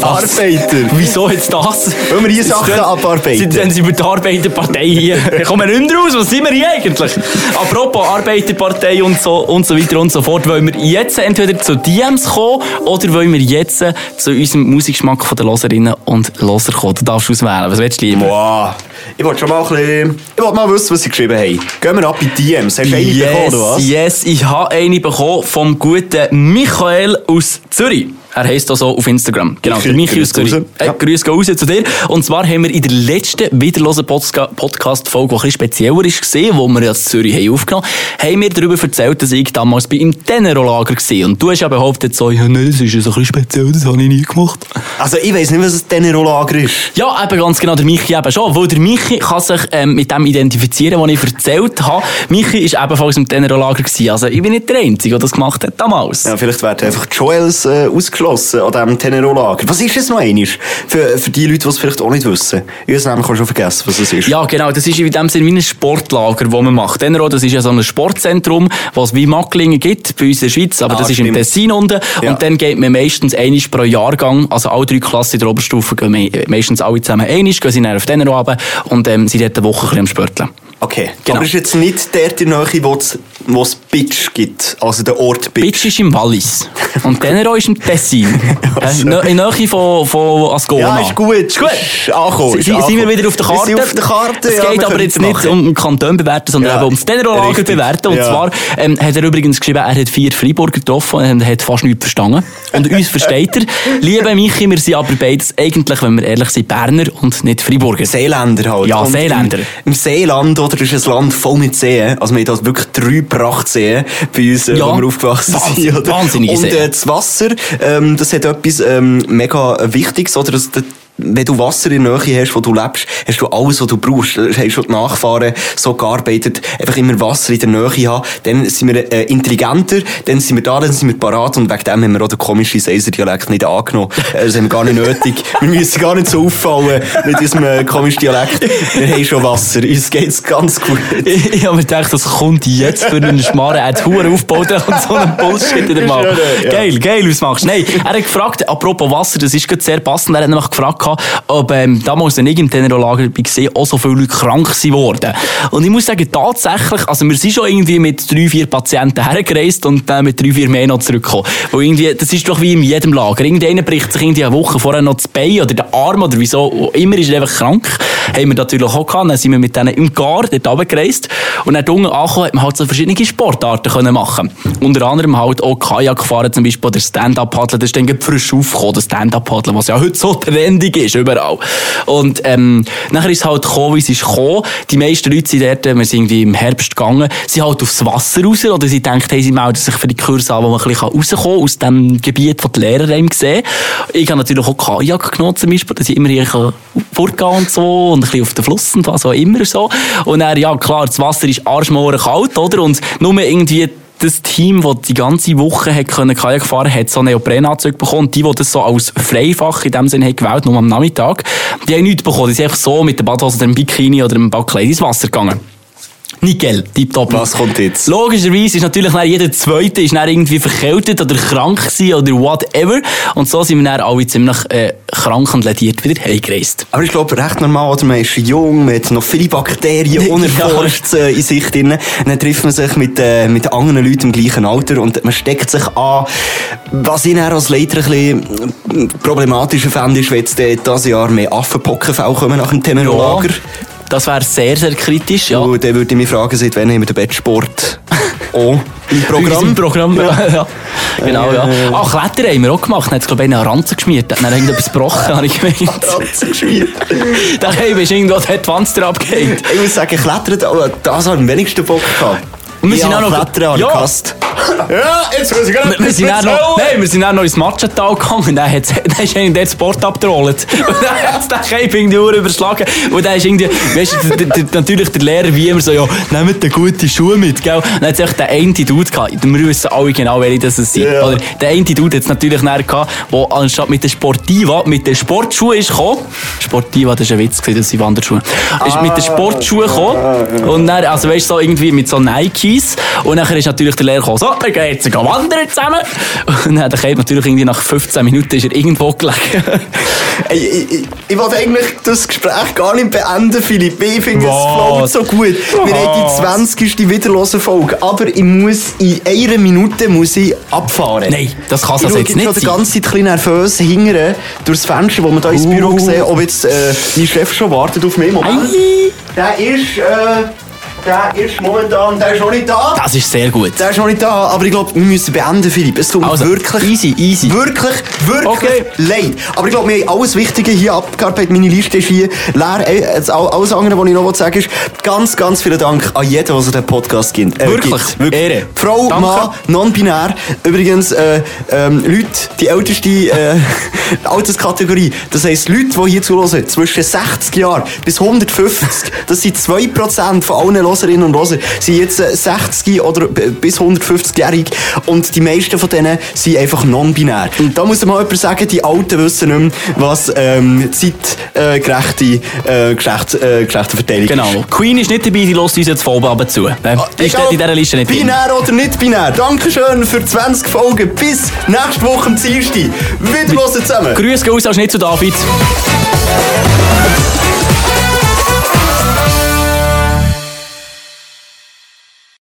Speaker 2: Was?
Speaker 1: Arbeiter.
Speaker 2: Wieso jetzt das?
Speaker 1: Weil wir hier
Speaker 2: Ist
Speaker 1: Sachen
Speaker 2: das-
Speaker 1: abarbeiten.
Speaker 2: Sind, dann sind wir die Arbeiterpartei hier. Wir kommen nicht mehr raus. Was sind wir hier eigentlich? Apropos Arbeiterpartei und so, und so weiter und so fort. Wollen wir jetzt entweder zu DMs kommen oder wollen wir jetzt zu unserem Musikgeschmack von den Loserinnen und Loser kommen? Du darfst auswählen. Was willst du lieber?
Speaker 1: Wow. Ich wollte schon mal ein bisschen, ich wollte mal wissen, was sie geschrieben haben. Gehen wir ab in die DMs. Hast du eine
Speaker 2: yes,
Speaker 1: bekommen, oder was?
Speaker 2: Yes, ich habe eine bekommen vom guten Michael aus Zürich. Er heisst auch so auf Instagram. Genau,
Speaker 1: Michi,
Speaker 2: der Michi aus
Speaker 1: grüß
Speaker 2: Zürich.
Speaker 1: raus.
Speaker 2: Äh,
Speaker 1: Ja.
Speaker 2: Grüße gehen raus zu dir. Und zwar haben wir in der letzten wiederlosen Podca Podcast-Folge, die ein bisschen spezieller war, wo wir ja in Zürich haben aufgenommen haben, haben wir darüber erzählt, dass ich damals bei im Tenero-Lager war. Und du hast ja behauptet, so, ja, nein, das ist ja so ein bisschen speziell, das habe ich nie gemacht.
Speaker 1: Also, ich weiss nicht, was ein Tenero-Lager ist.
Speaker 2: Ja, eben ganz genau, der Michi eben schon. Weil der Michi kann sich ähm, mit dem identifizieren, was ich erzählt habe. Michi war ebenfalls im Tenero-Lager. gewesen. Also ich bin nicht der Einzige, der das gemacht hat damals.
Speaker 1: Ja, vielleicht werden einfach die Joels äh, ausgeschlossen an diesem Tenero-Lager. Was ist es noch einmal? Für, äh, für die Leute, die es vielleicht auch nicht wissen. Ich habe nämlich auch schon vergessen, was es ist.
Speaker 2: Ja, genau. Das ist in dem Sinne wie ein Sportlager, das man macht. Tenero, das ist ja so ein Sportzentrum, was es wie Macklingen gibt, bei uns in der Schweiz, aber
Speaker 1: Ah,
Speaker 2: das ist im
Speaker 1: stimmt.
Speaker 2: Tessin unten.
Speaker 1: Ja.
Speaker 2: Und dann geht man meistens einmal pro Jahrgang, also alle drei Klassen in der Oberstufe, gehen me- meistens alle zusammen einmal, gehen sie dann auf Tenero runter und ähm, sind dort eine Woche ein bisschen am Sporteln.
Speaker 1: Okay.
Speaker 2: Genau.
Speaker 1: Aber es ist jetzt nicht der die Nähe, wo es wo es Bitch gibt. Also der Ort Bitch.
Speaker 2: Bitch ist im Wallis. [laughs] Und Tenero ist im [laughs] Tessin. Hä? Nö- In Nähe von, von
Speaker 1: Ja,
Speaker 2: Ascona. Oh,
Speaker 1: ist gut. Ist gut. Angekommen.
Speaker 2: Sie-
Speaker 1: ist
Speaker 2: Sie, sind wir
Speaker 1: angekommen.
Speaker 2: wieder auf der Karte?
Speaker 1: Wir sind auf der Karte.
Speaker 2: Es
Speaker 1: ja,
Speaker 2: geht
Speaker 1: wir
Speaker 2: aber
Speaker 1: können
Speaker 2: jetzt nicht
Speaker 1: mitmachen.
Speaker 2: um den Kanton bewerten, sondern
Speaker 1: Ja,
Speaker 2: eben ums Tenero-Lager
Speaker 1: richtig.
Speaker 2: bewerten. Und
Speaker 1: Ja.
Speaker 2: zwar ähm, hat er übrigens geschrieben, er hat vier Freiburger getroffen und hat fast nichts verstanden. Und uns versteht [laughs] er. Liebe Michi, wir sind aber beides eigentlich, wenn wir ehrlich sind, Berner und nicht Freiburger.
Speaker 1: Seeländer halt.
Speaker 2: Ja,
Speaker 1: Und
Speaker 2: Seeländer.
Speaker 1: Im, Im Seeland, auch Oder es ist ein Land voll mit Seen. Also wir haben halt wirklich drei Prachtseen bei uns, äh,
Speaker 2: Ja.
Speaker 1: wo wir aufgewachsen
Speaker 2: Wahnsinn,
Speaker 1: sind. oder?
Speaker 2: wahnsinnige
Speaker 1: Und
Speaker 2: Seen.
Speaker 1: äh, das Wasser, ähm, das hat etwas ähm, mega Wichtiges. Oder das, das, wenn du Wasser in der Nähe hast, wo du lebst, hast du alles, was du brauchst. Da haben schon die Nachfahren so gearbeitet, einfach immer Wasser in der Nähe haben. Dann sind wir äh, intelligenter, dann sind wir da, dann sind wir parat und wegen dem haben wir auch den komischen Seiser-Dialekt nicht angenommen. Äh, Das haben wir gar nicht nötig. Wir müssen gar nicht so auffallen mit diesem äh, komischen Dialekt. Wir haben schon Wasser, uns geht's ganz gut.
Speaker 2: Ich, [laughs] ich hab mir gedacht, das kommt jetzt für einen Schmarrn. Er hat Huren aufgebaut und so einen Bullshit wieder mal.
Speaker 1: Das ist ja der, ja.
Speaker 2: Geil, geil, was machst du? Nein, er hat gefragt, apropos Wasser, das ist gerade sehr passend, er hat nämlich gefragt, gehabt, ob ähm, damals, wenn ich im Tenero-Lager war, auch so viele Leute krank sind worden. Und ich muss sagen, tatsächlich, also wir sind schon irgendwie mit drei, vier Patienten hergereist und dann mit drei, vier mehr noch zurückgekommen. Weil irgendwie, das ist doch wie in jedem Lager. Irgendeiner bricht sich irgendwie eine Woche vorher noch das Bein oder den Arm oder wieso, immer ist er einfach krank. Haben wir natürlich auch gehabt, dann sind wir mit denen im Garten dort runtergereist und dann unten angekommen, hat man halt so verschiedene Sportarten können machen Unter anderem halt auch Kajak fahren zum Beispiel oder Stand-Up-Paddeln, das ist dann gerade frisch aufgekommen, das Stand-Up-Paddeln, was ja heute so [laughs] trendig ist, überall. Und ähm, nachher ist es halt gekommen, wie es ist gekommen. Die meisten Leute sind dort, äh, wir sind irgendwie im Herbst gegangen, sind halt aufs Wasser raus oder sie denken, hey, sie melden sich für die Kurse an, wo man ein bisschen rauskommen kann, aus dem Gebiet, das die Lehrer einem sehen. Ich habe natürlich auch Kajak genommen zum Beispiel, dass ich immer hier kann fortgehen und so und ein bisschen auf den Fluss und was auch immer so. Und dann, ja klar, das Wasser ist arschmoren kalt, oder? Und nur irgendwie das Team, das die ganze Woche hat können Kajak fahren konnte, hat so einen Neoprenanzug bekommen. Und Die, die das so als Freifach in dem Sinne haben gewählt nur am Nachmittag, die haben nichts bekommen. Die sind einfach so mit der Badhose oder dem Bikini oder dem Backkleid ins Wasser gegangen. Nigel, tipptopp.
Speaker 1: Was kommt jetzt?
Speaker 2: Logischerweise ist natürlich dann jeder Zweite ist dann irgendwie verkältet oder krank gewesen oder whatever. Und so sind wir dann alle ziemlich äh, krank und lädiert wieder heimgereist.
Speaker 1: Aber ich glaube, recht normal, oder? Man ist jung, man hat noch viele Bakterien
Speaker 2: [laughs] Ja.
Speaker 1: unerforscht äh, in sich drin. Und dann trifft man sich mit, äh, mit anderen Leuten im gleichen Alter und man steckt sich an. Was ich dann als Leiter ein bisschen problematischer fände, ist, wenn jetzt äh, dieses Jahr mehr Affenpockenfälle kommen nach dem Tenero-Lager.
Speaker 2: Das wäre sehr, sehr kritisch, ja.
Speaker 1: Und dann würde ich mich fragen, seit wann haben wir den
Speaker 2: [laughs]
Speaker 1: Bettsport auch im Programm?
Speaker 2: Programm. Programm. Ja. [laughs] ja. Genau, ja. Ah, Klettern haben wir auch gemacht. Dann hat es, glaube ich, einen Ranzen geschmiert. Dann hat irgendetwas [laughs] gebrochen, habe ich gemeint. Der Heim ist irgendwo der Advanced abgehängt.
Speaker 1: Ich muss sagen, klettern, aber das hat am wenigsten Bock gehabt.
Speaker 2: Und wir
Speaker 1: ja,
Speaker 2: sind auch noch-
Speaker 1: klettern habe ich
Speaker 2: Ja.
Speaker 1: gehasst. Ja, jetzt muss ich gerade
Speaker 2: Wir, wir, sind dann noch, nein, wir sind dann noch ins Matschental gegangen. Dann, [laughs] hat's, dann ist einer dort das Board [laughs] abgerollt. Und dann hat es den Keib irgendwie Uhr überschlagen. Und dann ist irgendwie, weißt du, der- der- natürlich der Lehrer wie immer so, ja, nehmt eine gute Schuhe mit, gell? Und dann hat es echt den einen Dude gehabt. Wir wissen alle genau, welche das sind.
Speaker 1: Ja.
Speaker 2: Oder der eine Dude hat es natürlich näher gehabt, der anstatt mit der Sportiva, mit den Sportschuhen ist gekommen. Sportiva, das war ein Witz, gewesen, das sind Wanderschuhe. Ist
Speaker 1: Ah.
Speaker 2: mit den Sportschuhen gekommen. Und dann, also weißt du, so irgendwie mit so Nikes. Und dann ist natürlich der Lehrer gekommen, so, wir gehen jetzt gehen wandern zusammen. Und dann hat er natürlich irgendwie nach 15 Minuten ist er irgendwo gelegen. [laughs]
Speaker 1: Ey, ich, ich, ich wollte eigentlich das Gespräch gar nicht beenden, Philipp. Ich finde, es flowt
Speaker 2: Was?
Speaker 1: so gut. Wir haben die 20. Wiederlosenfolge. Aber ich muss, in einer Minute muss ich abfahren.
Speaker 2: Nein, das kann es
Speaker 1: Ich
Speaker 2: also
Speaker 1: schaue
Speaker 2: jetzt
Speaker 1: jetzt schon
Speaker 2: nicht
Speaker 1: die
Speaker 2: sein.
Speaker 1: ganze Zeit ein bisschen nervös hinterher durchs Fenster, wo wir hier ins
Speaker 2: Uh.
Speaker 1: Büro sehen, ob jetzt äh, mein Chef schon wartet auf mich. Moment.
Speaker 2: Ei.
Speaker 1: Der ist, äh, der ist momentan, der ist noch nicht da.
Speaker 2: Das ist sehr gut.
Speaker 1: Der ist noch nicht da, aber ich glaube, wir müssen beenden, Philipp. Es tut mir
Speaker 2: Also,
Speaker 1: wirklich
Speaker 2: easy, easy.
Speaker 1: wirklich, wirklich
Speaker 2: Okay.
Speaker 1: leid. Aber ich glaube, wir haben alles Wichtige hier abgearbeitet. Meine Liste ist hier leer. Äh, jetzt all- Alles andere, was ich noch sagen will, ist ganz, ganz vielen Dank an jeden, der den Podcast gibt. Äh,
Speaker 2: Wirklich,
Speaker 1: gibt.
Speaker 2: Ehre.
Speaker 1: Frau,
Speaker 2: Danke.
Speaker 1: Mann, non-binär. Übrigens, äh, ähm, Leute, die älteste äh, [laughs] Alterskategorie, das heisst Leute, die hier zuhören, zwischen 60 Jahren bis 150, das sind 2% von allen Hörerinnen und Hörern, sind jetzt äh, 60 oder b- bis 150-jährig und die meisten von denen sind einfach non-binär. Da muss mal jemand sagen, die Alten wissen nicht mehr, was ähm, zeitgerechte äh, Geschlecht, äh, Geschlechterverteilung ist.
Speaker 2: Genau. Queen ist nicht dabei, die lässt uns jetzt von oben runter zu. Äh, Die steht in dieser Liste nicht drin.
Speaker 1: Ah, Binär oder nicht binär. Dankeschön für 20 Folgen. Bis nächste Woche am Dienstag. Wieder hören zusammen.
Speaker 2: Grüß gehen raus an Schnitzel David.